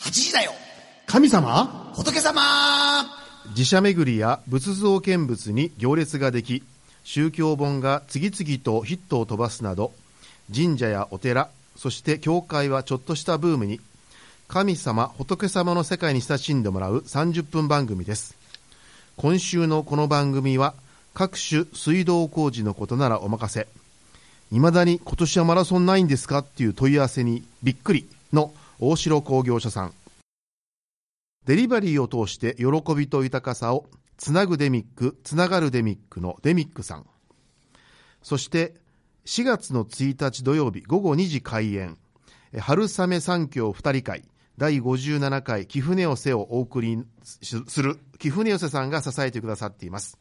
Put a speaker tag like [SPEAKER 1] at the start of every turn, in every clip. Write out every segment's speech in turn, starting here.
[SPEAKER 1] 8時だよ
[SPEAKER 2] 神様
[SPEAKER 1] 仏様
[SPEAKER 3] 寺社巡りや仏像見物に行列ができ宗教本が次々とヒットを飛ばすなど神社やお寺そして教会はちょっとしたブームに神様仏様の世界に親しんでもらう30分番組です今週のこの番組は各種水道工事のことならお任せ未だに今年はマラソンないんですかっていう問い合わせにびっくりの大城工業者さんデリバリーを通して喜びと豊かさをつなぐデミック、つながるデミックのデミックさん。そして4月の1日土曜日午後2時開演、え春雨三協二人会第57回貴船寄せをお送りすする貴船寄せさんが支えてくださっています。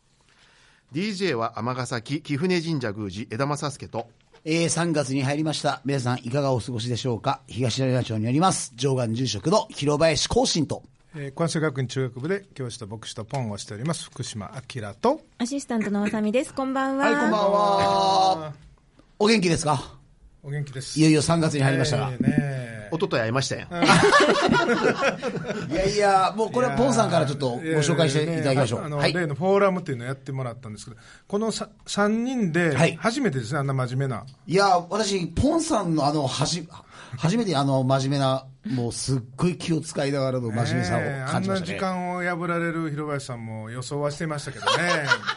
[SPEAKER 3] DJ は尼崎貴船神社宮司枝正助と
[SPEAKER 1] えー、3月に入りました。皆さんいかがお過ごしでしょうか東成田町にあります、上岸住職の広林光信と、
[SPEAKER 4] えー、関西学院中学部で教師と牧師とポンをしております福島明と
[SPEAKER 5] アシスタントのわさみです。こんばんは。
[SPEAKER 1] はい、こんばんは。お元気ですか
[SPEAKER 4] お元気です
[SPEAKER 1] いよいよ3月に入りましたが
[SPEAKER 4] え。ーね
[SPEAKER 3] おととい会いましたよ。
[SPEAKER 1] いやいや、もうこれはポンさんからちょっとご紹介していただきましょう。
[SPEAKER 4] あの
[SPEAKER 1] はい。
[SPEAKER 4] 例のフォーラムっていうのをやってもらったんですけどこのさ三人で
[SPEAKER 1] はい
[SPEAKER 4] 初めてですねあんな真面目ない
[SPEAKER 1] や、私、ポンさんのあの、はじ、初めてあの、真面目な、もうすっごい気を使いながらの真面目さ
[SPEAKER 4] え
[SPEAKER 1] を
[SPEAKER 4] ーあ
[SPEAKER 1] 感
[SPEAKER 4] ん
[SPEAKER 1] じま
[SPEAKER 4] な
[SPEAKER 1] した
[SPEAKER 4] 時
[SPEAKER 1] ね。
[SPEAKER 4] 間を破られる広林さんも予想はしてましたけどね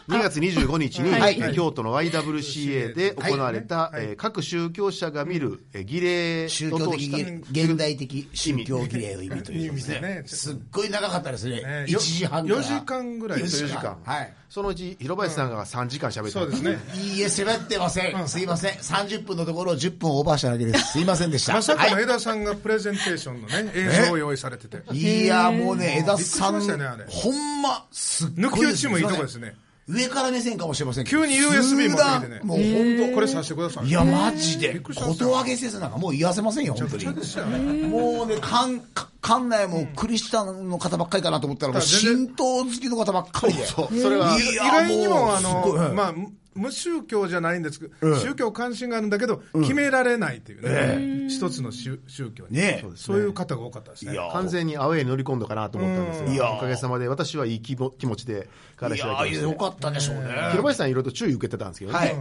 [SPEAKER 3] 2月25日に、
[SPEAKER 1] はい
[SPEAKER 3] えー京都の YWCA で行われた、えー各宗教者が見るえー儀礼を通
[SPEAKER 1] 宗教的
[SPEAKER 3] した、、
[SPEAKER 1] 現代的宗教儀礼の意味 ということ
[SPEAKER 4] 意味で
[SPEAKER 1] で
[SPEAKER 4] ね
[SPEAKER 1] すっごい長かったですね。
[SPEAKER 4] ね
[SPEAKER 1] 1時半から。
[SPEAKER 4] よ4時間ぐらい
[SPEAKER 1] 4
[SPEAKER 3] 4
[SPEAKER 1] 時
[SPEAKER 3] 時
[SPEAKER 1] 間
[SPEAKER 3] 間。
[SPEAKER 1] はい。
[SPEAKER 3] そのうち広林さんが3時間喋ってた
[SPEAKER 4] そうですね
[SPEAKER 1] いいえ、迫ってません。すいません。30分のところを10分オーバーしただけです。すいませんでした。
[SPEAKER 4] まさ
[SPEAKER 1] は
[SPEAKER 4] か
[SPEAKER 1] い
[SPEAKER 4] の江田さんがプレゼンテーションのね映像を用意されてて
[SPEAKER 1] いやもうね、江田さ
[SPEAKER 4] び
[SPEAKER 1] ん、
[SPEAKER 4] っくりしましたよねあれ
[SPEAKER 1] ほんま、すっごい
[SPEAKER 4] 抜き打ちもいいとこですね。
[SPEAKER 1] 上から目線かもしれませんけど
[SPEAKER 4] 急に USB も入れてね
[SPEAKER 1] 普段もう本
[SPEAKER 4] これさせてくださ
[SPEAKER 1] 当、
[SPEAKER 4] い
[SPEAKER 1] いや、マジ
[SPEAKER 4] び
[SPEAKER 1] で、
[SPEAKER 4] っくりしました
[SPEAKER 1] ことわげせずなんかもう言わせませんよ、本当に。
[SPEAKER 4] めちゃくちゃでしたよね
[SPEAKER 1] もうね、館館内もクリスチャンの方ばっかりかなと思ったら、もう神道好きの方ばっかりで。
[SPEAKER 3] そうそれはい
[SPEAKER 4] 意
[SPEAKER 1] や
[SPEAKER 4] 外にも、あ
[SPEAKER 1] すっごい
[SPEAKER 4] の、まあ、む無宗教じゃないんですけど、宗教関心があるんだけど、決められないというね、一つの宗宗教に、
[SPEAKER 1] ねえ
[SPEAKER 4] そうですねそういう方が多かったですね。
[SPEAKER 1] や
[SPEAKER 3] 完全にアウェーに乗り込んだかなと思ったんです
[SPEAKER 1] うんい
[SPEAKER 3] が
[SPEAKER 1] や
[SPEAKER 3] おかげさまで私はいい気も気持ちで
[SPEAKER 1] い
[SPEAKER 3] 彼氏
[SPEAKER 1] や
[SPEAKER 3] が
[SPEAKER 1] いや、よかったでしょうね。
[SPEAKER 3] 広林さんいろいろと注意受けてたんですけどね、
[SPEAKER 1] はい。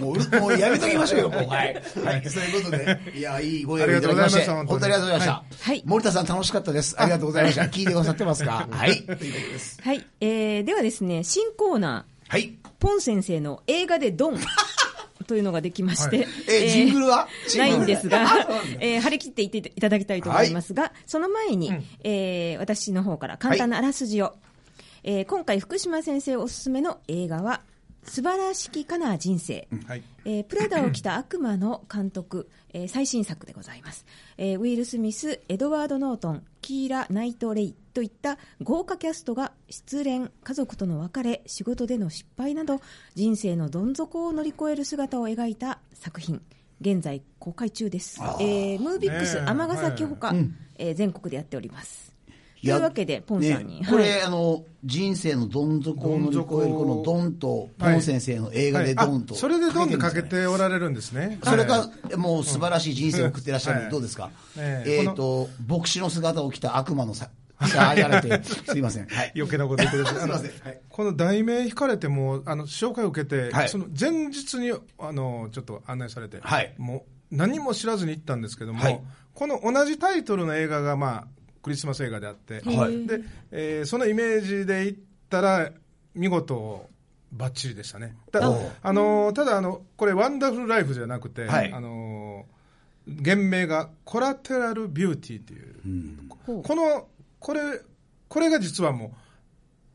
[SPEAKER 1] もうう、もうやめときましょうよ、もう。はい。はい、そういうことで。いや、いいご用意いただきまして。
[SPEAKER 4] ありがとう
[SPEAKER 1] 本
[SPEAKER 4] ご
[SPEAKER 1] 当
[SPEAKER 4] ざ
[SPEAKER 1] に
[SPEAKER 4] い
[SPEAKER 1] あ
[SPEAKER 4] ま
[SPEAKER 1] りが
[SPEAKER 4] し
[SPEAKER 1] と
[SPEAKER 4] た
[SPEAKER 1] うございました。
[SPEAKER 5] はい
[SPEAKER 1] 森田さん楽しかったです。ありがとうございました。聞いてくださってますかはい。ということです。
[SPEAKER 5] はい。えー、ではですね、新コーナ
[SPEAKER 1] はい。
[SPEAKER 5] ー、ポン先生の映画でド ンというのができまして、
[SPEAKER 4] はい
[SPEAKER 1] えジングルはジング
[SPEAKER 5] な
[SPEAKER 1] ル
[SPEAKER 5] いんですが
[SPEAKER 1] あそうなん、
[SPEAKER 5] えー張り切っていっていただきたいと思いますが、その前に、えー私の方から簡単なあらすじを、えー今回福島先生おすすめの映画は、素晴らしきかな人生。
[SPEAKER 4] はい。
[SPEAKER 5] えープラダを着た悪魔の監督、えー最新作でございます、えーウィル・スミス、エドワード・ノートン、キーラ・ナイト・レイといった豪華キャストが失恋、家族との別れ、仕事での失敗など、人生のどん底を乗り越える姿を描いた作品、現在公開中です、えームービックス
[SPEAKER 4] ねえ
[SPEAKER 5] 尼崎ほか、えー全国でやっております。と
[SPEAKER 1] いや
[SPEAKER 5] いうわけで、ポンさんに。
[SPEAKER 1] ねこれ、
[SPEAKER 5] はい
[SPEAKER 1] あの、人生のどん底を乗り越える、このドンと、ポ
[SPEAKER 4] はい
[SPEAKER 1] ン先生の映画で
[SPEAKER 4] はい
[SPEAKER 1] ドンと。
[SPEAKER 4] あそれでドンってかけ
[SPEAKER 1] るんですね。
[SPEAKER 4] ておられるんですね。
[SPEAKER 1] それ
[SPEAKER 4] はい
[SPEAKER 1] か、もう素晴らしい人生を送ってらっしゃるん
[SPEAKER 4] う
[SPEAKER 1] で、
[SPEAKER 4] ん
[SPEAKER 1] どうですか
[SPEAKER 4] ええ
[SPEAKER 1] えっと、牧師の姿を着た悪魔のさ、さあやられて、 すいません。はい。
[SPEAKER 4] 余計なこと言って ください。あの
[SPEAKER 1] すいませんはい
[SPEAKER 4] この題名引かれても、あの、紹介を受けて、
[SPEAKER 1] はい
[SPEAKER 4] その前日に、あの、ちょっと案内されて、
[SPEAKER 1] はい
[SPEAKER 4] もう何も知らずに行ったんですけども、
[SPEAKER 1] はい
[SPEAKER 4] この同じタイトルの映画が、まあ、クリスマス映画であって、
[SPEAKER 1] はい
[SPEAKER 4] で、えーそのイメージで行ったら、見事、バッチリでしたね。ただ
[SPEAKER 1] おう、
[SPEAKER 4] あの、ただ、あの、これ、ワンダフルライフじゃなくて、
[SPEAKER 1] はい
[SPEAKER 4] あの、原名がコラテラルビューティーという、
[SPEAKER 5] ほう
[SPEAKER 4] このこれこれが実はもう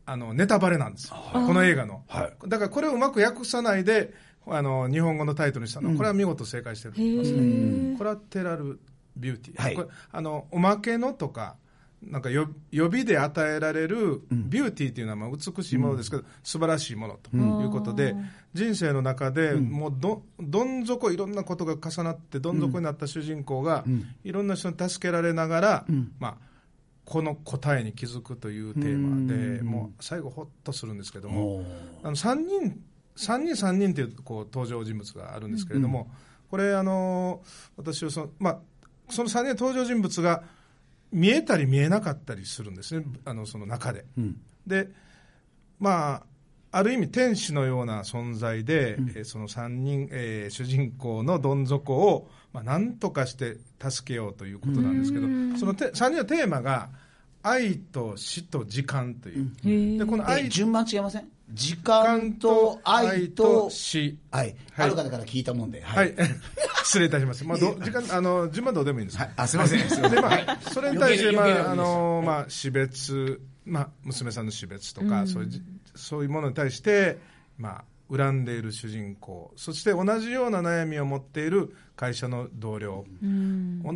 [SPEAKER 4] あのネタバレなんですよ、この映画の、だからこれをうまく訳さないであの日本語のタイトルにしたの、これは見事正解してると思いますねコラテラルビューティー、
[SPEAKER 1] はい
[SPEAKER 4] これあのおまけのとかなんかよ予備で与えられるビューティーというのはまあ美しいものですけど、素晴らしいものということで、人生の中でもうどどん底いろんなことが重なってどん底になった主人公が、いろんな人に助けられながら、まあ、この答えに気づくというテーマで、もう最後、ほっとするんですけども、あの3人、3人、3人というこう登場人物があるんですけれども、これ、あの私はその、まあ、その3人の登場人物が、見えたり見えなかったりするんですね、あのその中で。で、まあ、ある意味、天使のような存在で、えーその3人、えー主人公のどん底を、まあ、なんとかして助けようということなんですけど、そのて3人のテーマが、愛と死と時間という、でこの
[SPEAKER 1] え
[SPEAKER 4] 愛と時
[SPEAKER 1] 順番違いません時間
[SPEAKER 4] 間
[SPEAKER 1] と
[SPEAKER 4] と
[SPEAKER 1] 愛
[SPEAKER 4] 愛
[SPEAKER 1] と
[SPEAKER 4] と、死。
[SPEAKER 1] はい、
[SPEAKER 4] はい
[SPEAKER 1] ある方から聞いたもんで、は。
[SPEAKER 4] はい い、失礼いたしました。まあ、ど時間、あの、順番どうでもいいんです。
[SPEAKER 1] あ、すみません。すいません
[SPEAKER 4] でまあ、それに対して、ま
[SPEAKER 1] 余計な余計
[SPEAKER 4] あ
[SPEAKER 1] な
[SPEAKER 4] あのまあ、死別、まあ、娘さんの死別とか、そういうじそういうものに対して、まあ、恨んでいる主人公そして同じような悩みを持っている会社の同僚、同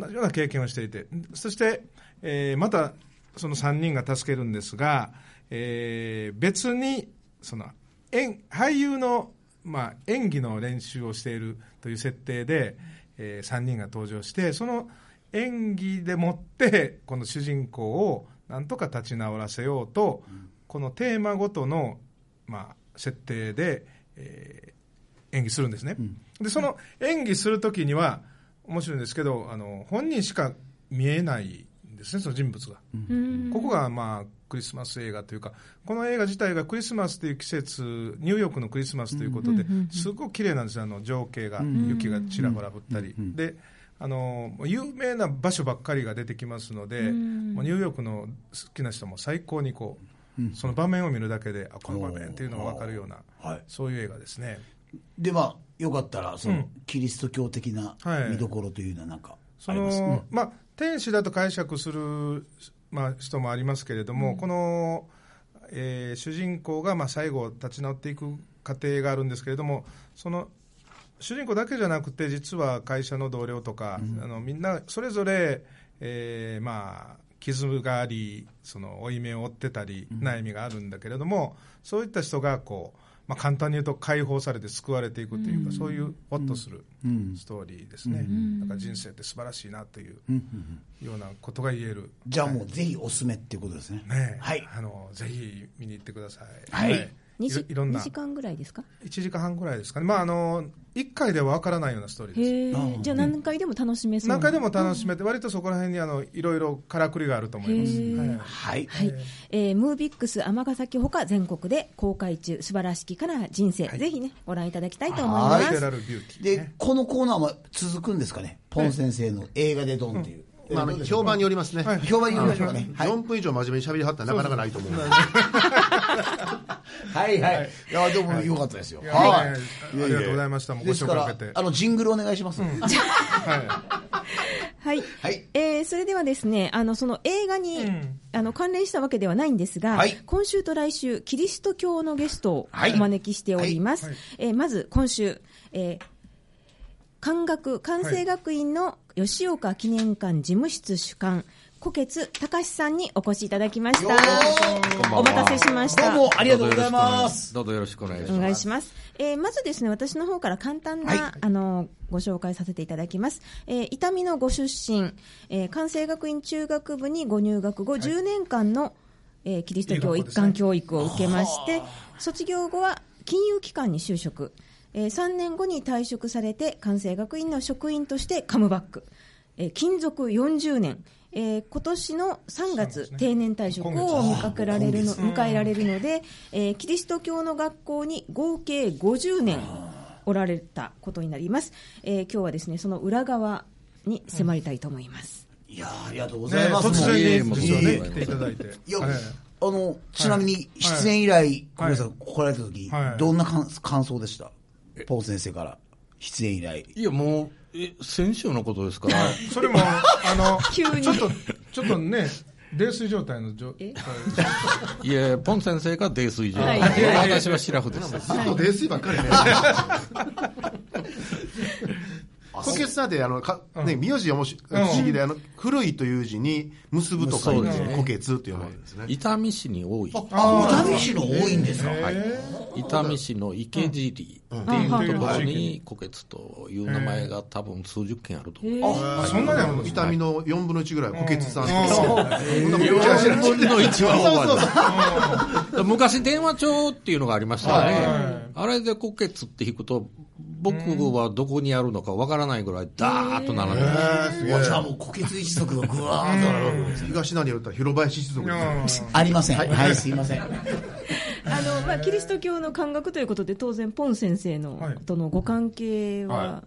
[SPEAKER 4] じような経験をしていてそして、えーまたその3人が助けるんですが、えー別にその演俳優の、まあ、演技の練習をしているという設定で、え3人が登場してその演技でもってこの主人公をなんとか立ち直らせようと、このテーマごとの、まあ、設定で、えー演技するんですね、でその演技するときには面白いんですけどあの本人しか見えないんですねその人物が、ここがまあクリスマス映画というかこの映画自体がクリスマスという季節ニューヨークのクリスマスということですごく綺麗なんですよあの情景が雪がちらほら降ったりであの有名な場所ばっかりが出てきますのでもうニューヨークの好きな人も最高にこうその場面を見るだけであこの場面っていうのが分かるような
[SPEAKER 1] はい
[SPEAKER 4] そういう映画ですね。
[SPEAKER 1] で、まあ、よかったら、その、
[SPEAKER 4] うん
[SPEAKER 1] キリスト教的な
[SPEAKER 4] はい
[SPEAKER 1] 見どころというのは、なんか、
[SPEAKER 4] そ
[SPEAKER 1] あります、
[SPEAKER 4] のまあ、天使だと解釈する、まあ、人もありますけれども、この、えー主人公が、まあ、最後立ち直っていく過程があるんですけれどもその主人公だけじゃなくて実は会社の同僚とか、あのみんなそれぞれ、えーまあ、傷がありその負い目を負ってたり悩みがあるんだけれども、そういった人がこう、まあ、簡単に言うと解放されて救われていくというか、そういうホッとするストーリーですね、だから人生って素晴らしいなというようなことが言える、
[SPEAKER 1] じゃあもう、ぜひおすすめっていうことですね。
[SPEAKER 4] ね
[SPEAKER 1] はい。
[SPEAKER 4] あのぜひ見に行ってください。
[SPEAKER 1] はい
[SPEAKER 5] 二
[SPEAKER 4] いろ
[SPEAKER 5] 時
[SPEAKER 4] いろん
[SPEAKER 5] 二
[SPEAKER 4] な
[SPEAKER 5] 時間ぐらいですか
[SPEAKER 4] 1時間半ぐらいですかね、まあ、あの1回ではわからないようなストーリーで
[SPEAKER 5] へえじゃあ何回でも楽しめ
[SPEAKER 4] す、
[SPEAKER 5] そうな
[SPEAKER 4] 何回でも楽しめて、割とそこら辺にあのいろいろからくりがあると思います、
[SPEAKER 5] へー
[SPEAKER 4] はい
[SPEAKER 1] はい。
[SPEAKER 5] はい、えームービックス尼崎ほか全国で公開中素晴らしきから人生、ぜひねご覧いただきたいと思いま
[SPEAKER 1] は
[SPEAKER 5] す
[SPEAKER 4] リベラルビューティー、ね、
[SPEAKER 1] で、このコーナーも続くんですかね。ポン先生の映画でドンっていう。
[SPEAKER 3] まああの、評判によりますね、
[SPEAKER 4] はい
[SPEAKER 1] 評判に言いましょうかね。はい。
[SPEAKER 3] 4分以上真面目に喋りはったらなかなかないと思う
[SPEAKER 1] はいはい。いや、でも良かったですよ。
[SPEAKER 4] いや
[SPEAKER 1] はい。
[SPEAKER 4] ねありがとうございました、もうご
[SPEAKER 1] です
[SPEAKER 4] 紹
[SPEAKER 1] か
[SPEAKER 4] 介を受
[SPEAKER 1] ら
[SPEAKER 4] けて、。
[SPEAKER 1] あの、ジングルお願いします。
[SPEAKER 4] は
[SPEAKER 5] はい、
[SPEAKER 1] はい
[SPEAKER 5] えーそれではですねあのその映画に、
[SPEAKER 4] うん
[SPEAKER 5] あの関連したわけではないんですが、
[SPEAKER 1] はい
[SPEAKER 5] 今週と来週キリスト教のゲストを
[SPEAKER 1] はい
[SPEAKER 5] お招きしております、
[SPEAKER 4] はいは
[SPEAKER 5] えーまず今週、えー関学関西学院の吉岡記念館事務室主幹虎傑隆さんにお越しいただきまし
[SPEAKER 1] よー
[SPEAKER 5] たお待たせしました
[SPEAKER 1] どうもありがとうございます。
[SPEAKER 2] どうぞよろしくお願いし
[SPEAKER 5] お願
[SPEAKER 2] ま
[SPEAKER 5] い
[SPEAKER 2] す。
[SPEAKER 5] します。えーまずですね、私の方から簡単な、
[SPEAKER 1] はい
[SPEAKER 5] あの、ご紹介させていただきます。えー、伊丹のご出身、えー関西学院中学部にご入学後、10年間の、えーキリスト教
[SPEAKER 4] いい学校で
[SPEAKER 5] 一
[SPEAKER 4] すね
[SPEAKER 5] 貫教育を受けまして、卒業後は金融機関に就職。えー3年後に退職されて、関西学院の職員としてカムバック。えー勤続40年。えー今年の3
[SPEAKER 4] そう
[SPEAKER 5] 月
[SPEAKER 4] です、ね
[SPEAKER 5] 定年退職を
[SPEAKER 4] 今月
[SPEAKER 5] 迎えられるの
[SPEAKER 1] あ
[SPEAKER 5] 迎えられるので、えーキリスト教の学校に合計50年おられたことになります、えー今日はですねその裏側に迫りたいと思います、
[SPEAKER 1] いやーありがとうご
[SPEAKER 4] い
[SPEAKER 1] ざい
[SPEAKER 4] ね、
[SPEAKER 1] ます。
[SPEAKER 4] 突
[SPEAKER 2] いえいえ
[SPEAKER 4] 然
[SPEAKER 2] も
[SPEAKER 4] ね、
[SPEAKER 2] う
[SPEAKER 4] 実は
[SPEAKER 1] え
[SPEAKER 4] ね、
[SPEAKER 1] え
[SPEAKER 4] 来ていただいて、
[SPEAKER 1] いや、
[SPEAKER 4] はい
[SPEAKER 1] あの、ちなみに、出演以来、小林さん来られた時、
[SPEAKER 4] はい
[SPEAKER 1] どんな感感想でしたポン先生から、出演以来。
[SPEAKER 2] いや、もう、え、先週のことですから、
[SPEAKER 4] それも、あの
[SPEAKER 5] 急に
[SPEAKER 4] ちょっと、ちょっとね、泥酔状態の状
[SPEAKER 5] え
[SPEAKER 2] いや、ポン先生が泥酔状態、
[SPEAKER 5] はい
[SPEAKER 2] いや私はシラフです。
[SPEAKER 3] ずっと泥酔ばっかりね。こけさで、あの、か、ね、名字はもし、不
[SPEAKER 4] うん
[SPEAKER 3] 思議で、あの、古いという字に、結ぶと書いて、こけつって読まれるんですね。
[SPEAKER 2] 伊丹市に多い、
[SPEAKER 1] あ、伊丹市の多いんですか、
[SPEAKER 2] 伊丹市の池尻っていうところに、虎穴という名前が多分数十件あると思う。
[SPEAKER 4] あそんなにあるんですか
[SPEAKER 3] 痛みの4分の1ぐらいはこけつさん。
[SPEAKER 2] 4分の1はオーバーだ昔電話帳っていうのがありましたよね、あれで「虎穴」って引くと僕はどこにあるのかわからないぐらい、だーっと並んでました
[SPEAKER 4] えーすげえ
[SPEAKER 1] じゃあもう虎血一族がぐわーっと並ぶわけですね
[SPEAKER 3] 東何を言ったら広林一族ですね
[SPEAKER 4] う
[SPEAKER 1] ありません。はい、すいません。
[SPEAKER 5] あのまあ、キリスト教の感覚ということで、当然、ポン先生の、
[SPEAKER 4] はい
[SPEAKER 5] とのご関係は、
[SPEAKER 4] は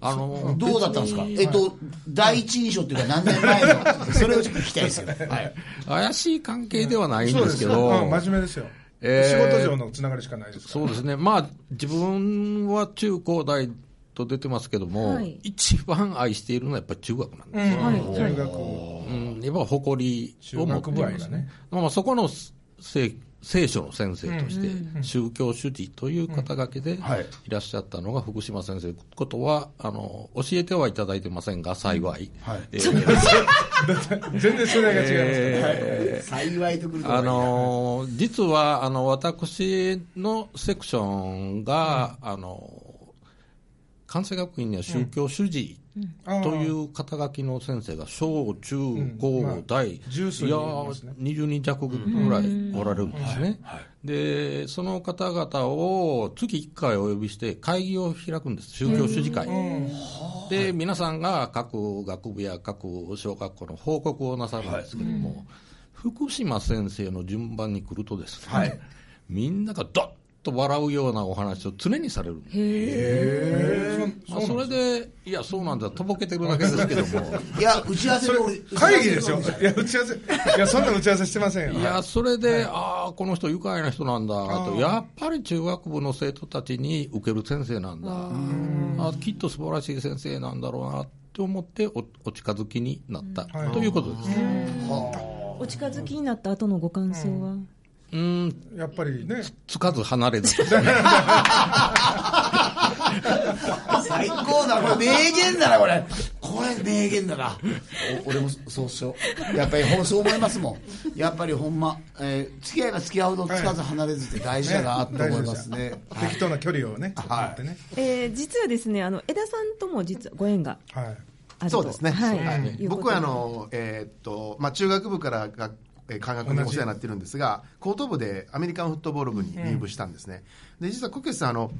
[SPEAKER 2] あの
[SPEAKER 1] どうだったんですかえっと、第一印象っていうか何年前の、それをちょっと聞きたいですよ。はい。
[SPEAKER 2] 怪しい関係ではないん
[SPEAKER 4] そう
[SPEAKER 2] で
[SPEAKER 4] ですす
[SPEAKER 2] け
[SPEAKER 4] よ、
[SPEAKER 2] ど、
[SPEAKER 4] うん真面目ですよ、
[SPEAKER 2] えー
[SPEAKER 4] 仕事上のつながりしかないですから
[SPEAKER 2] そうですね、まあ、自分は中高大と出てますけども、
[SPEAKER 5] はい
[SPEAKER 2] 一番愛しているのはやっぱり中学なんです、
[SPEAKER 5] はい
[SPEAKER 4] うん中学
[SPEAKER 2] うん、やっぱ誇りを持っていま
[SPEAKER 4] 中学部愛が
[SPEAKER 2] す
[SPEAKER 4] ね
[SPEAKER 2] ね、まあ、そこの聖聖書の先生として、宗教主治という肩書きでい
[SPEAKER 3] はい
[SPEAKER 2] らっしゃったのが福島先生ことは、あの教えてはいただいてませんが、幸い。
[SPEAKER 3] はい
[SPEAKER 2] えー
[SPEAKER 4] 全然世代が違いますから、
[SPEAKER 1] 幸いとくると
[SPEAKER 2] あのー実はあの私のセクションが、あの関西学院には宗教主治
[SPEAKER 4] うん
[SPEAKER 2] という肩書きの先生が小中
[SPEAKER 4] うんまあ
[SPEAKER 2] 高大、いや
[SPEAKER 4] 十数人いますね
[SPEAKER 2] 20人弱ぐらいおられるんですね、でその方々を月1回お呼びして会議を開くんです宗教主治会、で皆さんが各学部や各小学校の報告をなさるんですけども、福島先生の順番に来るとですね、みんながどっと笑うようなお話を常にされるんですまあ、それで、いや、そうなんだ、とぼけてるだけですけども、
[SPEAKER 1] いや、打ち合わせで俺、
[SPEAKER 4] 会議ですよいや打ち合わせいやそんな打ち合わせしてませんよ
[SPEAKER 2] いや、それで、ああ、この人、愉快な人なんだと、やっぱり中学部の生徒たちに受ける先生なんだ、あーきっと素晴らしい先生なんだろうなって思ってお、お近づきになった
[SPEAKER 4] はい
[SPEAKER 2] ということです。
[SPEAKER 5] お近づきになった後のご感想は、
[SPEAKER 2] うん、
[SPEAKER 4] やっぱりね
[SPEAKER 2] つかず離 れず。
[SPEAKER 1] 最高だ、これ名言だな、これ。これ名言だな。お俺もそうしよう。やっぱり放送思いますもん。やっぱりほんま、えー付き合えば付き合うほどつかず離れずって大事だなと思いますね。
[SPEAKER 4] 適当な距離をね持ってね
[SPEAKER 5] えー実はですね、あの江田さんとも実はご縁が
[SPEAKER 4] はい
[SPEAKER 5] ある
[SPEAKER 3] そ
[SPEAKER 5] と
[SPEAKER 3] うですね。
[SPEAKER 5] はい
[SPEAKER 3] はい
[SPEAKER 5] いうこと
[SPEAKER 3] 僕はあの、えーっと、まあ、中学部からが、えー科学にお世話になってるんですが、高等部でアメリカンフットボール部に入部したんですね。で、実はコケさん、あの、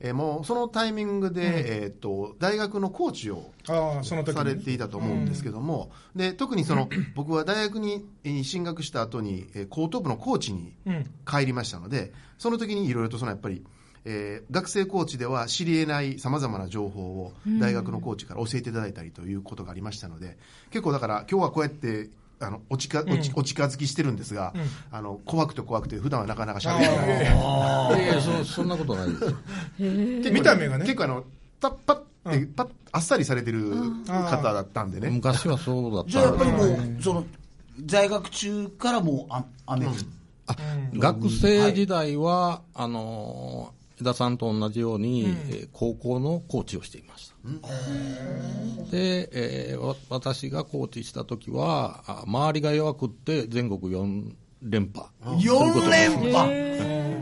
[SPEAKER 3] えーもうそのタイミングで、えーっと、大学のコーチを
[SPEAKER 4] ああその時
[SPEAKER 3] され
[SPEAKER 4] に
[SPEAKER 3] ていたと思うんですけども、で特にそ の僕は大学にえー進学した後にえー高等部のコーチに
[SPEAKER 4] うん
[SPEAKER 3] 帰りましたので、その時にいろいろとそのやっぱり、えー学生コーチでは知り得ないさまざまな情報を大学のコーチから教えていただいたりということがありましたので、結構だから今日はこうやってあのお近おちお近づきしてるんですが、あの怖くて怖くて普段はなかなか喋れない
[SPEAKER 2] いやいやそ、そんなことないです。
[SPEAKER 3] 結構
[SPEAKER 4] 見た目がね
[SPEAKER 3] 結構あのたパッってパッあっさりされてる方だったんでね。
[SPEAKER 2] 昔はそうだっ
[SPEAKER 1] じゃあや
[SPEAKER 2] た
[SPEAKER 1] っぱ
[SPEAKER 2] んで
[SPEAKER 1] りもう、その、在学中からもうあ雨降って。
[SPEAKER 2] 学生時代は、あの江田さんと同じように、えー高校のコーチをしていました、で、えーわ私がコーチした時はあ周りが弱くって全国4連覇
[SPEAKER 1] 4連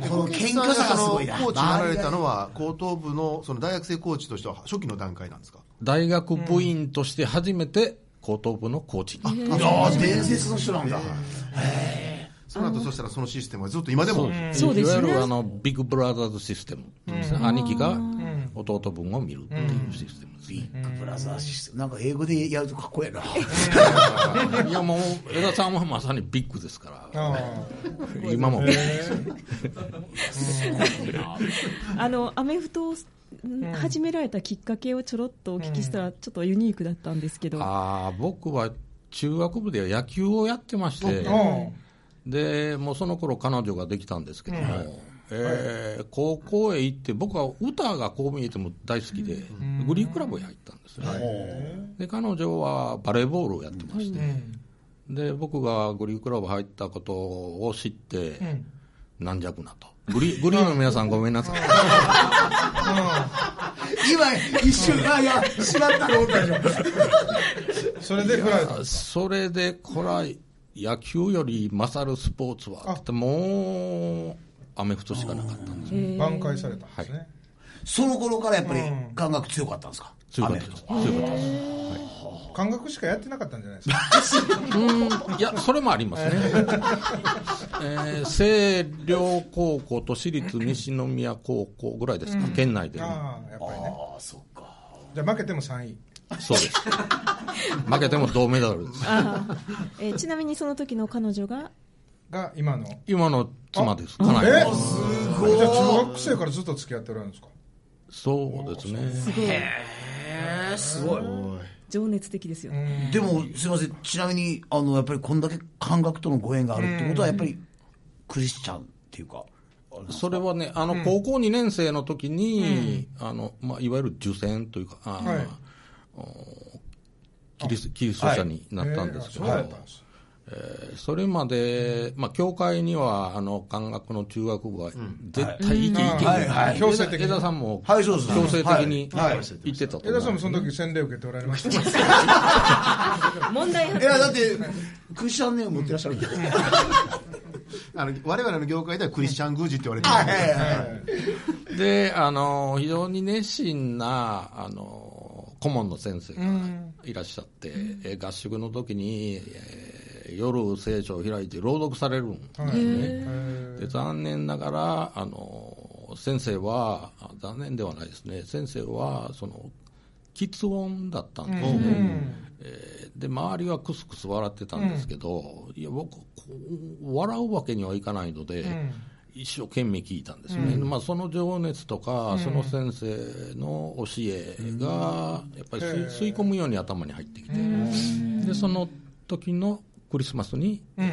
[SPEAKER 1] 覇この
[SPEAKER 3] 実
[SPEAKER 1] 謙
[SPEAKER 3] 際
[SPEAKER 1] 虚さがすごい
[SPEAKER 3] あ
[SPEAKER 1] な。
[SPEAKER 3] のコーチになられたのは、高等部のその大学生コーチとしては初期の段階なんですか、
[SPEAKER 2] 大学部員として初めて高等部のコーチに、
[SPEAKER 1] いやー伝説の人なんだ。
[SPEAKER 3] その後そしたらそのシステムはずっと今でも、
[SPEAKER 5] そうですね
[SPEAKER 2] いわゆるあのビッグブラザーズシステムですね、兄貴が弟分を見るっていうシステムです、
[SPEAKER 1] ビッグブラザーシステム。なんか英語でやるとかっこいいな。
[SPEAKER 2] いやもう江田さんはまさにビッグですから
[SPEAKER 4] ああ
[SPEAKER 2] 今もビッグです
[SPEAKER 5] あのアメフトをん始められたきっかけをちょろっとお聞きしたら、ちょっとユニークだったんですけど、
[SPEAKER 2] ああ僕は中学部で野球をやってまして、
[SPEAKER 4] うん
[SPEAKER 2] でもうその頃彼女ができたんですけども、えー高校へ行って、僕は歌がこう見えても大好きで、グリークラブへ入ったんですね、で彼女はバレーボールをやってまして、で僕がグリークラブ入ったことを知って、軟弱なと。グリグリーの皆さんごめんなさい。
[SPEAKER 1] 今、一瞬、あ、いや、しまったと思ったでしょ。
[SPEAKER 4] それでフライト
[SPEAKER 2] それで、こら、野球より勝るスポーツはって、もう、アメフトしかなかったんですよ。
[SPEAKER 4] 挽回されたんですね
[SPEAKER 1] その頃からやっぱり感覚強かったんですか
[SPEAKER 2] 強かったです。強かったです。
[SPEAKER 4] 感覚しかやってなかったんじゃないです か。
[SPEAKER 2] いや、それもありますね。えー星稜高校と私立西宮高校ぐらいですか、県内で。
[SPEAKER 4] ああ、やっぱりね。
[SPEAKER 1] ああそっか
[SPEAKER 4] じゃあ負けても3位。
[SPEAKER 2] そうです。負けても銅メダルです。
[SPEAKER 5] えーちなみにその時の彼女が
[SPEAKER 4] が今の。
[SPEAKER 2] 今の妻です。
[SPEAKER 4] え
[SPEAKER 2] かなり。
[SPEAKER 4] すごい。じゃあ中学生からずっと付き合っておられるんですか
[SPEAKER 2] そうですね。
[SPEAKER 1] えー、すごい
[SPEAKER 5] 情熱的ですよ、
[SPEAKER 1] でもすいませんちなみにあのやっぱりこんだけ感覚とのご縁があるってことはやっぱりクリスチャンっていうか
[SPEAKER 2] それはね、あの、高校2年生の時に、あの、まあ、いわゆる受選というか、あの
[SPEAKER 4] はい
[SPEAKER 2] おキリスキリスト者になったんですけど、
[SPEAKER 4] えーそうだったんです
[SPEAKER 2] えーそれまで、まあ、教会には、あの、漢学の中学部は、絶対行け行け
[SPEAKER 1] はいはい
[SPEAKER 2] 江
[SPEAKER 4] 強
[SPEAKER 2] 田
[SPEAKER 4] 制的に
[SPEAKER 2] 江田さんも、
[SPEAKER 1] はいそうです
[SPEAKER 2] 強制的に
[SPEAKER 1] はいはい
[SPEAKER 2] 行ってたと
[SPEAKER 4] 江
[SPEAKER 2] 思
[SPEAKER 4] 田
[SPEAKER 2] い
[SPEAKER 4] さん
[SPEAKER 2] ま
[SPEAKER 4] も
[SPEAKER 2] す
[SPEAKER 4] その時洗礼受けておられました。
[SPEAKER 5] 問題発
[SPEAKER 1] いやだってクリスチャンネーム持ってらっしゃるんで
[SPEAKER 3] あの我々の業界ではクリスチャン宮司って言われて
[SPEAKER 1] はい
[SPEAKER 3] る
[SPEAKER 1] はいはい
[SPEAKER 2] で、あの、非常に熱心な、あの、顧問の先生がいらっしゃって、えー合宿の時に、えー夜聖書を開いて朗読されるんですね。で残念ながら、あの、先生は、あ残念ではないですね、先生は、その、喫音だったんですね。えーで周りはクスクス笑ってたんですけど、いや僕こう笑うわけにはいかないので、一生懸命聞いたんですね、まあ、その情熱とか、その先生の教えがやっぱり吸い,、吸い込むように頭に入ってきて、でその時のクリスマスに、え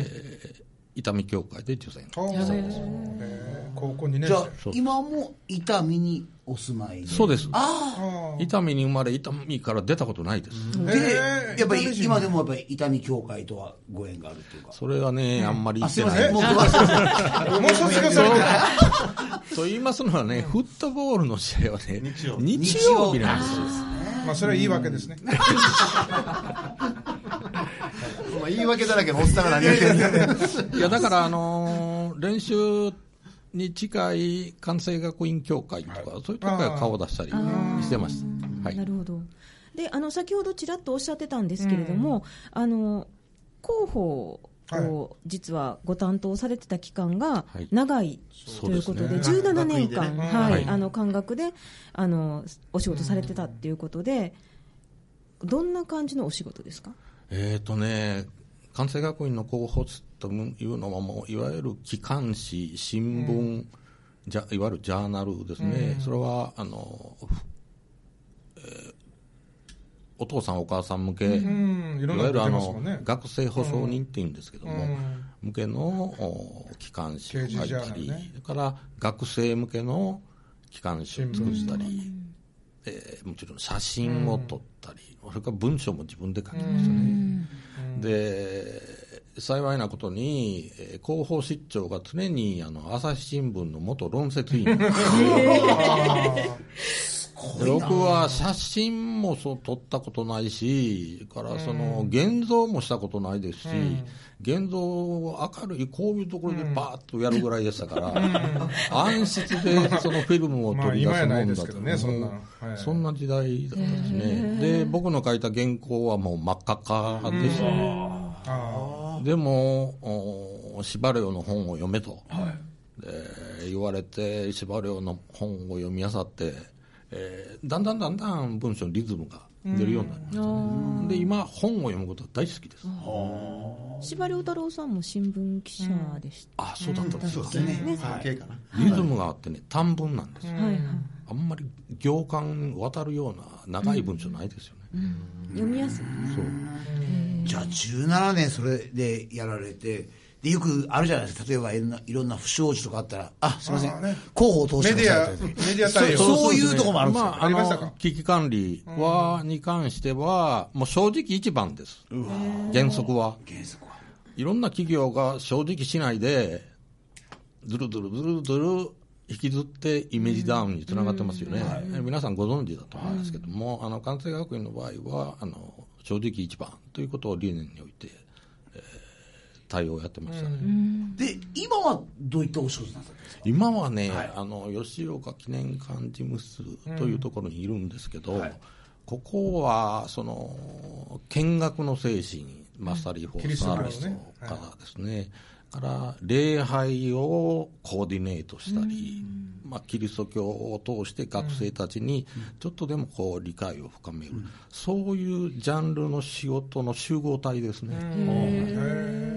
[SPEAKER 2] ー伊丹教会で受選
[SPEAKER 4] ああそうですえー高校2年
[SPEAKER 1] じ
[SPEAKER 4] 生
[SPEAKER 1] ゃあ。今も伊丹にお住まいで
[SPEAKER 2] そうです
[SPEAKER 4] あ
[SPEAKER 2] 伊丹に生まれ伊丹から出たことないです、
[SPEAKER 4] ー
[SPEAKER 1] で、
[SPEAKER 4] えー
[SPEAKER 1] やっぱ
[SPEAKER 4] 伊丹
[SPEAKER 1] り
[SPEAKER 4] 人
[SPEAKER 1] 今でもやっぱり伊丹教会とはご縁があるっていうか
[SPEAKER 2] それはね、あんまり言
[SPEAKER 1] あ
[SPEAKER 2] っ
[SPEAKER 1] すい
[SPEAKER 2] て
[SPEAKER 1] ま
[SPEAKER 2] ない
[SPEAKER 1] せんもうごめんなさい
[SPEAKER 4] もう卒業されてない
[SPEAKER 2] と言いますのはね、フットボールの試合はね、日曜日なんですよ。
[SPEAKER 4] まあそれはいいわけですね。
[SPEAKER 3] まあ言い訳だらけのおっさんが何言ってるんだよね
[SPEAKER 2] いや、だから、あのー練習に近い関西学院協会とか、そういうとこから顔を出したりしてました。はい
[SPEAKER 5] な。るほどであの先ほどちらっとおっしゃってたんですけれども、あの広報を実はご担当されてた期間が
[SPEAKER 2] はい
[SPEAKER 5] 長いということで,、
[SPEAKER 4] そうですね
[SPEAKER 5] 17年
[SPEAKER 3] 学
[SPEAKER 5] 間、
[SPEAKER 3] 位で
[SPEAKER 5] はい
[SPEAKER 2] はい
[SPEAKER 5] あの感覚であのお仕事されてたっていうことで、どんな感じのお仕事ですか
[SPEAKER 2] えっ、とね、関西学院の候補というのは、もういわゆる機関紙、新聞、じゃいわゆるジャーナルですね、それはあの、ふえーお父さん、お母さん向け、
[SPEAKER 4] うん、い
[SPEAKER 2] い
[SPEAKER 4] ろん
[SPEAKER 2] わ
[SPEAKER 4] なこ
[SPEAKER 2] ゆる
[SPEAKER 4] と
[SPEAKER 2] あ
[SPEAKER 4] 出ますも
[SPEAKER 2] の
[SPEAKER 4] んね。
[SPEAKER 2] 学生保証人っていうんですけども、
[SPEAKER 4] うん
[SPEAKER 2] 向けのお機関紙を書
[SPEAKER 4] 刑
[SPEAKER 2] い
[SPEAKER 4] 事ジャー
[SPEAKER 2] た
[SPEAKER 4] ナル
[SPEAKER 2] り、
[SPEAKER 4] ね
[SPEAKER 2] それから学生向けの機関紙を作ったり、えーもちろん写真を撮ったり、それから文章も自分で書きましたね。で幸いなことに、えー広報室長が常にあの朝日新聞の元論説委員で僕は写真もそう撮ったことないし、からその現像もしたことないですし、現像を明るいこういうところでバーッとやるぐらいでしたから、暗室でそのフィルムを
[SPEAKER 4] まあ
[SPEAKER 2] 取り出
[SPEAKER 4] 今
[SPEAKER 2] す
[SPEAKER 4] や
[SPEAKER 2] も
[SPEAKER 4] ない
[SPEAKER 2] ん
[SPEAKER 4] で
[SPEAKER 2] だ
[SPEAKER 4] すけ
[SPEAKER 2] と、
[SPEAKER 4] どね、そんな
[SPEAKER 2] も
[SPEAKER 4] の。
[SPEAKER 2] う
[SPEAKER 4] はい
[SPEAKER 2] そんな時代だったですね。で、僕の書いた原稿はもう真っ赤っかでした。
[SPEAKER 4] あ
[SPEAKER 2] でも、お司馬遼の本を読めと、で言われて、司馬遼の本を読み漁って、えーだんだんだんだん文章のリズムが出るようになりましたね、で今、本を読むことは大好きです。
[SPEAKER 5] 司馬遼太郎さんも新聞記者でした、
[SPEAKER 2] あそうだったんですか、
[SPEAKER 3] ね産経かな
[SPEAKER 2] リズムがあってね、短文なんですよ、
[SPEAKER 5] はいはい
[SPEAKER 2] あんまり行間渡るような長い文章ないですよね。
[SPEAKER 5] 読みやすい
[SPEAKER 2] そう
[SPEAKER 1] じゃあ17年それでやられてでよくあるじゃないですか例えばいろんないろんな不祥事とかあったらあすいません
[SPEAKER 4] あーね
[SPEAKER 1] 広報を通
[SPEAKER 4] メ
[SPEAKER 1] して
[SPEAKER 4] ディア、メディア対応。
[SPEAKER 1] そうそういうとこもあるんですよ
[SPEAKER 2] まあ、あ
[SPEAKER 4] ありましたか
[SPEAKER 2] の、危機管理は、に関しては、もう正直一番です。原則は。
[SPEAKER 1] 原則はい
[SPEAKER 2] ろんな企業が正直しないで、ずるずるずるずる引きずってイメージダウンにつながってますよね。え皆さんご存知だと思うんですけども、あの、関西学院の場合は、あの、正直一番ということを理念において、えー対応をやってましたね。
[SPEAKER 1] で今はどういったお仕事なんですか
[SPEAKER 2] 今はね、あの吉岡記念館事務室というところにいるんですけど、ここはその見学の精神マスタリー・フォーサービスとかですね、から礼拝をコーディネートしたり、まあ、キリスト教を通して学生たちにちょっとでもこう理解を深める、そういうジャンルの仕事の集合体ですね、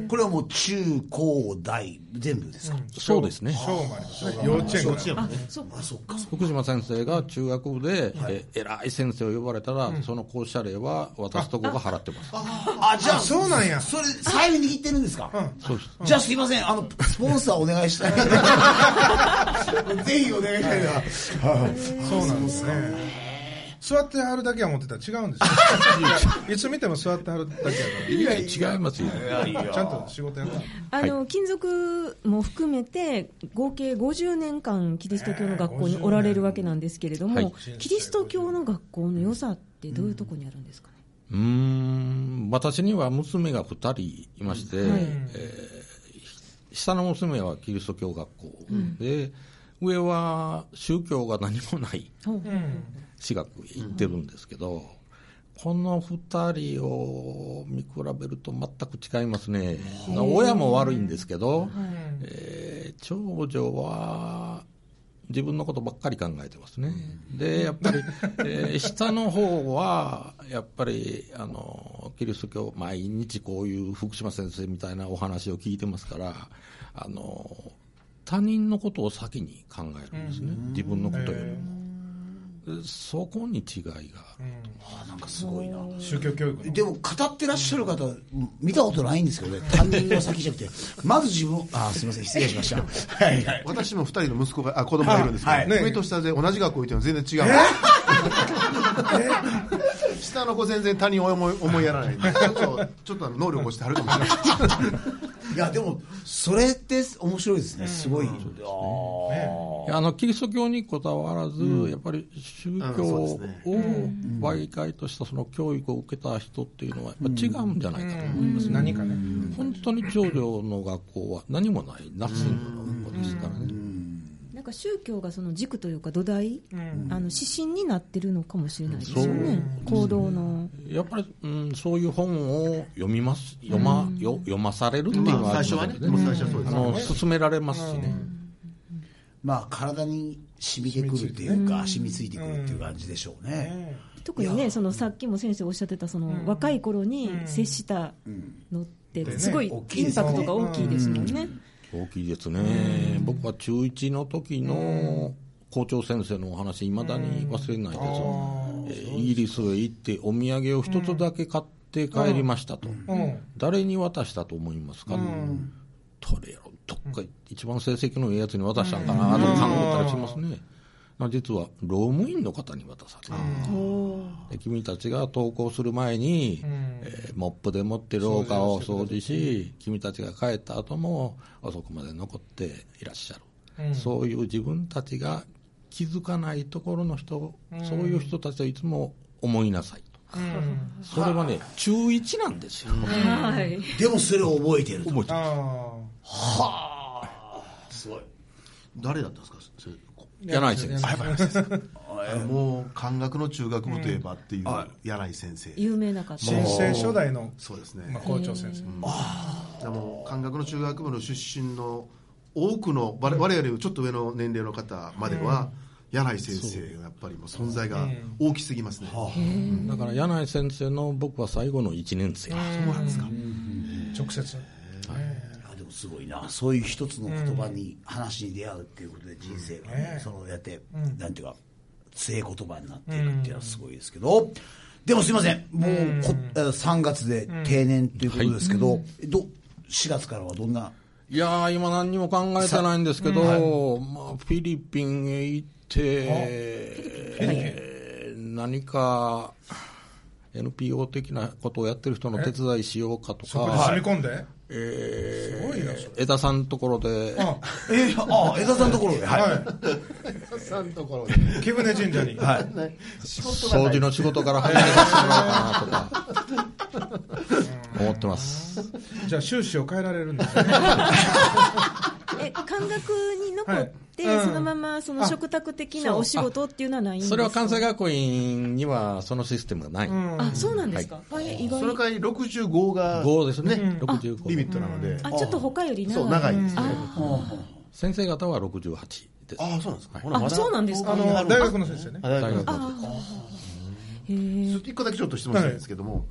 [SPEAKER 1] これはもう中高大全部ですか、
[SPEAKER 2] そうですね
[SPEAKER 4] 小もありますね幼稚園から
[SPEAKER 5] あ、そっか。
[SPEAKER 1] あそっか
[SPEAKER 2] 福島先生が中学部で、え偉い先生を呼ばれたら、その校舎礼は私とこが払ってます
[SPEAKER 1] あじゃあ
[SPEAKER 4] そうなんや
[SPEAKER 1] それ財布握ってるんですか、
[SPEAKER 2] そうです
[SPEAKER 1] じゃあすいませんあのスポンサーお願いしたいぜひお願いしたい な
[SPEAKER 4] そうなんですね座ってはるだけは思ってたら違うんですよいつ見ても座ってはるだけや
[SPEAKER 2] いや違いますよ
[SPEAKER 4] からちゃんと仕事やった
[SPEAKER 5] あの、金属も含めて合計50年間キリスト教の学校におられるわけなんですけれども、
[SPEAKER 2] はい
[SPEAKER 5] キリスト教の学校の良さってどういうところにあるんですかね、
[SPEAKER 2] うーん私には娘が2人いまして、えー下の娘はキリスト教学校で、上は宗教が何もない
[SPEAKER 5] ほう
[SPEAKER 2] 私学行ってるんですけど、この2人を見比べると全く違いますね親も悪いんですけど、えー長女は自分のことばっかり考えてますね、でやっぱり、えー下の方はやっぱりあのキリスト教毎日こういう福島先生みたいなお話を聞いてますからあの他人のことを先に考えるんですね、自分のことよりも。そこに違いがある
[SPEAKER 1] なんかすごいな
[SPEAKER 4] 宗教教育の
[SPEAKER 1] でも語ってらっしゃる方見たことないんですけどね担任の先じゃなくてまず自分をあすいません失礼しましたはいはい
[SPEAKER 3] 私も二人の息子があ子供がいるんですけど、
[SPEAKER 1] はい
[SPEAKER 4] ね
[SPEAKER 3] 上と下で同じ学校行っても全然違う、 下の子全然他人を思い思いやらないちょっとちょっとあの能力をしてはるかもしれない
[SPEAKER 1] いやでもそれって面白いですねすごい、あ
[SPEAKER 2] いやあのキリスト教にこだわらず、やっぱり宗教を媒介としたその教育を受けた人っていうのはやっぱ違うんじゃないかと思いますね、
[SPEAKER 4] 何かね
[SPEAKER 2] 本当に長女の学校は何もないナッシングの学校ですからね、
[SPEAKER 5] なんか宗教がその軸というか土台、あの指針になってるのかもしれないですよね、行動の。
[SPEAKER 2] やっぱり、うん、そういう本を読みます読ま,、よ読まされるっていうの
[SPEAKER 6] ま
[SPEAKER 2] は
[SPEAKER 6] あ
[SPEAKER 2] あ
[SPEAKER 6] 最初は
[SPEAKER 2] りま
[SPEAKER 6] ね、
[SPEAKER 2] すよ
[SPEAKER 6] でも最初はそうで
[SPEAKER 2] あ
[SPEAKER 6] すね。
[SPEAKER 2] の勧められますしね、
[SPEAKER 1] まあ体に染みてくるっていうか染みついてくるっていう感じでしょうね、
[SPEAKER 5] 特にね、そのさっきも先生おっしゃってた、その若い頃に接したのって、すごい
[SPEAKER 1] 大き
[SPEAKER 5] イ
[SPEAKER 1] いで
[SPEAKER 5] ン
[SPEAKER 1] す
[SPEAKER 5] パ
[SPEAKER 1] ね
[SPEAKER 5] クトが大きいですもんね。
[SPEAKER 2] 大きいですね、僕は中1の時の校長先生のお話、いまだに忘れないです、えーイギリスへ行って、お土産を一つだけ買って帰りましたと、
[SPEAKER 4] うん
[SPEAKER 2] 誰に渡したと思いますか、とれよ、どっか一番成績のいいやつに渡したんかなと考えたりしますね。まあ実は、労務員の方に渡された。で君たちが登校する前に、えーモップで持って廊下を掃除し、君たちが帰った後も遅くまで残っていらっしゃる、そういう自分たちが気づかないところの人、そういう人たちをいつも思いなさいと、それはね、中1なんですよ、
[SPEAKER 5] はい。
[SPEAKER 1] でもそれを覚えてると
[SPEAKER 2] 覚えてる
[SPEAKER 4] あ
[SPEAKER 1] すごい
[SPEAKER 6] 誰だったんですかそれこ
[SPEAKER 2] 柳井先生、
[SPEAKER 6] もう漢学の中学部といえばっていう柳井先生。
[SPEAKER 5] 有名な方。
[SPEAKER 4] あ新生初代の、
[SPEAKER 6] そうです
[SPEAKER 4] まあ、
[SPEAKER 6] ね。
[SPEAKER 4] 校長先生
[SPEAKER 6] でも漢学の中学部の出身の多くの我我々よりちょっと上の年齢の方までは柳井先生がやっぱりもう存在が大きすぎますね。
[SPEAKER 2] だから柳井先生の僕は最後の1年生、
[SPEAKER 6] そうなんですか。
[SPEAKER 4] 直接
[SPEAKER 1] あでもすごいなそういう一つの言葉に、話に出会うっていうことで人生が、ねそのやって、なんていうか強い言葉になっていくっていうのはすごいですけど、でもすいませんもうこ、えー3月で定年ということですけど,、ど4月からはどんない
[SPEAKER 2] やー、今、何にも考えてないんですけど、まあ、フィリピンへ行って、えー何か NPO 的なことをやってる人の手伝いしようかと
[SPEAKER 4] そこに
[SPEAKER 2] か、
[SPEAKER 4] 染み込んで、
[SPEAKER 2] え
[SPEAKER 4] すごいなそ
[SPEAKER 2] ー、江田さんのところで、
[SPEAKER 4] あ
[SPEAKER 1] えー、ああ江田さんのところではい、
[SPEAKER 4] は
[SPEAKER 3] さんところ
[SPEAKER 4] い貴船神社に、
[SPEAKER 2] 掃除の仕事から始めさせてもらおうかな とか、思ってます。
[SPEAKER 4] じゃあ収支を変えられるんですね
[SPEAKER 5] え感覚に残って、
[SPEAKER 4] はいうん
[SPEAKER 5] そのままその食卓的なお仕事っていうのはないんですか
[SPEAKER 2] それは関西学院にはそのシステムがない。
[SPEAKER 5] あそうなんですか、はい、意外
[SPEAKER 6] その代わり65が
[SPEAKER 2] 5ですね。65
[SPEAKER 6] リミットなので、
[SPEAKER 5] あちょっと他より長い
[SPEAKER 6] そう長いですね
[SPEAKER 2] 先生方は68です。
[SPEAKER 7] ああ、そうなんですか。ほら
[SPEAKER 5] あそうなんですか
[SPEAKER 4] あの大学の先生ね
[SPEAKER 6] あ大
[SPEAKER 2] 大
[SPEAKER 6] 学
[SPEAKER 2] 学
[SPEAKER 6] の
[SPEAKER 2] の
[SPEAKER 5] へえ
[SPEAKER 6] 一個だけちょっと質問したいんですけども、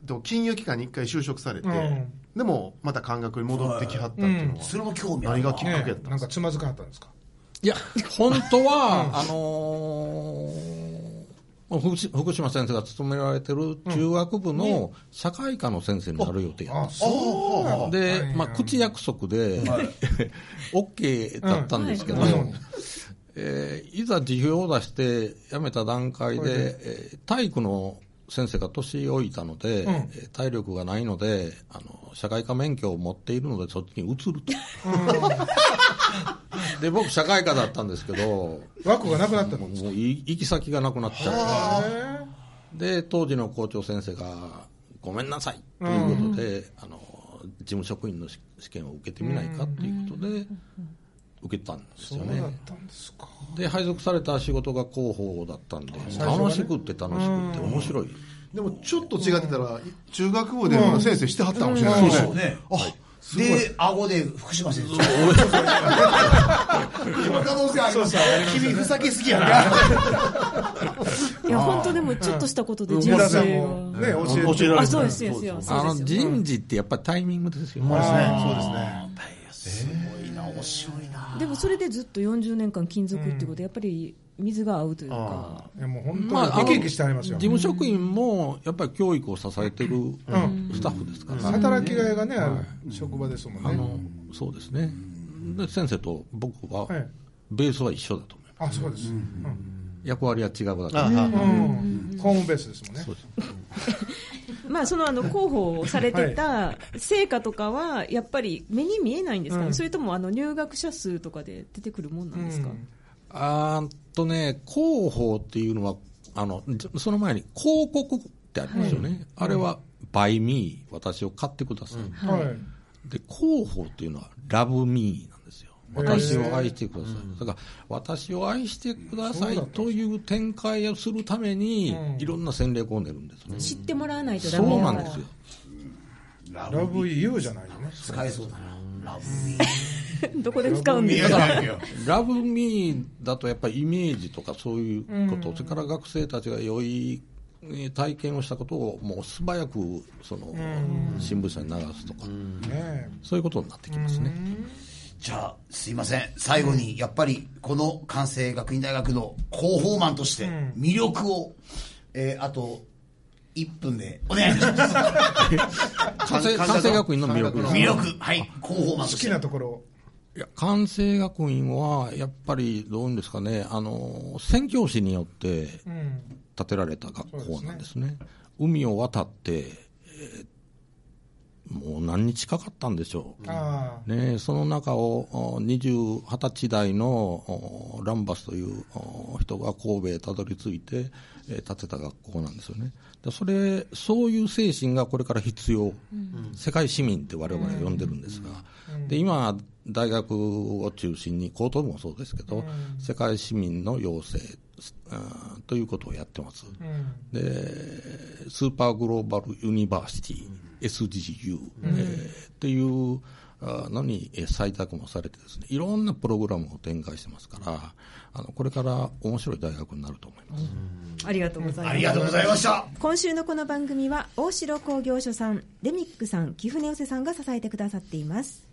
[SPEAKER 6] えっと金融機関に一回就職されて、
[SPEAKER 4] うん
[SPEAKER 6] でもまた感覚に戻ってきはったっていうのは、
[SPEAKER 1] それも興味あ
[SPEAKER 6] 何
[SPEAKER 1] る
[SPEAKER 6] が
[SPEAKER 1] わ
[SPEAKER 6] きっかけだ
[SPEAKER 4] ね
[SPEAKER 6] ったん
[SPEAKER 4] な
[SPEAKER 6] です
[SPEAKER 4] んか
[SPEAKER 6] か、
[SPEAKER 4] つまずかはったんですか
[SPEAKER 2] いや、本当は、あのー福島福島先生が勤められてる中学部の社会科の先生になる予定やった
[SPEAKER 4] あそうなんだ
[SPEAKER 2] で
[SPEAKER 4] はい、
[SPEAKER 2] まあ、口約束で、OK だったんですけど、
[SPEAKER 4] うんはい
[SPEAKER 2] えーいざ辞表を出して辞めた段階で、えー体育の先生が年老いたので、
[SPEAKER 4] ん
[SPEAKER 2] えー体力がないのであの、社会科免許を持っているので、そっちに移ると。 で、僕、社会科だったんですけど、
[SPEAKER 4] 枠がなくなったの
[SPEAKER 2] もうい行き先がなくなっちゃう。で、当時の校長先生が、ごめんなさいということで、あの、事務職員のし試験を受けてみないかということで、受けたんですよ
[SPEAKER 4] そうだっ
[SPEAKER 2] ね。
[SPEAKER 4] たんですか
[SPEAKER 2] で、配属された仕事が広報だったんで、楽しくって楽しくって面白い。
[SPEAKER 6] でもちょっと違ってたら、中学部でも先生してはったかもしれないです
[SPEAKER 1] そうね
[SPEAKER 6] あ
[SPEAKER 1] で顎で福島先生可能性あります君ふざけすぎやない
[SPEAKER 5] や本当でもちょっとしたことで人
[SPEAKER 4] 皆さん
[SPEAKER 5] 生
[SPEAKER 4] も
[SPEAKER 5] が
[SPEAKER 4] ね教えて
[SPEAKER 7] 教えられ
[SPEAKER 5] あ
[SPEAKER 7] る。
[SPEAKER 5] そうですそうです
[SPEAKER 2] あ
[SPEAKER 5] そう
[SPEAKER 2] の、
[SPEAKER 5] ですよ
[SPEAKER 2] 人事ってやっぱりタイミングですよ。
[SPEAKER 6] そうですね
[SPEAKER 1] すごいな面白いな
[SPEAKER 5] でもそれでずっと40年間勤続ってことでやっぱり水が合うというか
[SPEAKER 4] いやもう本
[SPEAKER 2] まああ
[SPEAKER 4] 当
[SPEAKER 2] の
[SPEAKER 4] に生き生きしてありますよ
[SPEAKER 2] 事務職員も、やっぱり教育を支えてるスタッフですから。
[SPEAKER 4] 働きがいがねある職場ですもん
[SPEAKER 2] あ
[SPEAKER 4] ね
[SPEAKER 2] の、そうですね。で、先生と僕は
[SPEAKER 4] はい、
[SPEAKER 2] ベースは一緒だと思います。
[SPEAKER 4] あそうですうん
[SPEAKER 2] 役割は違うだけ
[SPEAKER 6] あ
[SPEAKER 4] うんホームベースですもんね
[SPEAKER 5] まあそのあの広報をされてた成果とかはやっぱり目に見えないんですかね、それともあの入学者数とかで出てくるもんなんですか、
[SPEAKER 2] あーっとね、広報っていうのは、あの、じその前に広告ってありますよね。あれは、バイミー、私を買ってください。
[SPEAKER 4] はい
[SPEAKER 2] で、広報っていうのは、ラブミーなんですよ。私を愛してください。だから、私を愛してくださいという展開をするために、いろんな戦略を練るんですね。
[SPEAKER 5] 知ってもらわないとダ
[SPEAKER 2] そ
[SPEAKER 5] メだ
[SPEAKER 2] う
[SPEAKER 5] か
[SPEAKER 2] な
[SPEAKER 5] ら
[SPEAKER 2] んですよ。
[SPEAKER 4] ラブユーじゃないよね
[SPEAKER 1] 使えそうだなラブミ
[SPEAKER 5] どこで使うんです
[SPEAKER 1] ー
[SPEAKER 5] か
[SPEAKER 2] ラブミーだとやっぱりイメージとかそういうこと、それから学生たちが良いえー体験をしたことをもう素早くその新聞社に流すとか、
[SPEAKER 4] ね
[SPEAKER 2] そういうことになってきますね。
[SPEAKER 1] じゃあすいません最後にやっぱりこの関西学院大学の広報マンとして魅力を、えーあと1分でお願いします
[SPEAKER 2] 関西関西学院の魅力です
[SPEAKER 1] 魅力はい広報マンと
[SPEAKER 4] 好
[SPEAKER 1] して
[SPEAKER 4] きなところを
[SPEAKER 2] いや関西学院はやっぱりどういうんですかね、あの宣教師によって
[SPEAKER 4] うん
[SPEAKER 2] 建てられた学校なんですね。海を渡って、えーもう何日かかったんでしょう。
[SPEAKER 4] ああ
[SPEAKER 2] ねえ、その中をお20 20歳代のおランバスというお人が神戸へたどり着いて、えー建てた学校なんですよねでそれそういう精神がこれから必要、世界市民って我々は呼んでるんですが、で今大学を中心に高等部もそうですけど、世界市民の養成あーということをやってます、でスーパーグローバル・ユニバーシティ、SGU、えーっていうあのにえー採択もされてですね、いろんなプログラムを展開してますから、あのこれから面白い大学になると思います。
[SPEAKER 5] ありがとうございます
[SPEAKER 1] ありがとうございました
[SPEAKER 5] 今週のこの番組は大城工業所さんレミックさん貴船寄せさんが支えてくださっています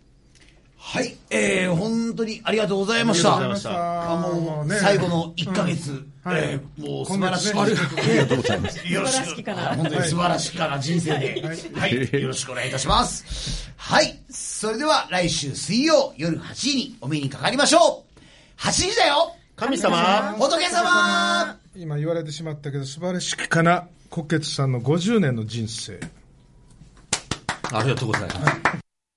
[SPEAKER 1] はい、えー、本当にありがとうございました。
[SPEAKER 7] ありがとうございま
[SPEAKER 4] した
[SPEAKER 1] あも
[SPEAKER 4] も
[SPEAKER 1] う、
[SPEAKER 4] うね
[SPEAKER 1] 最後の1ヶ月、
[SPEAKER 4] はい
[SPEAKER 1] えーもう素晴らしい。
[SPEAKER 4] 今月
[SPEAKER 1] ありがとうございます。よろ
[SPEAKER 5] 素晴ら
[SPEAKER 1] し
[SPEAKER 5] し
[SPEAKER 1] く。
[SPEAKER 5] きかな
[SPEAKER 1] 本当に素晴らしきかな人生で、はい。よろしくお願いいたします。はい。それでは来週水曜夜8時にお目にかかりましょう。8時だよ
[SPEAKER 7] 神様。
[SPEAKER 1] 仏様
[SPEAKER 4] 今言われてしまったけど素晴らしきかな虎血さんの50年の人生
[SPEAKER 2] ありがとうございます。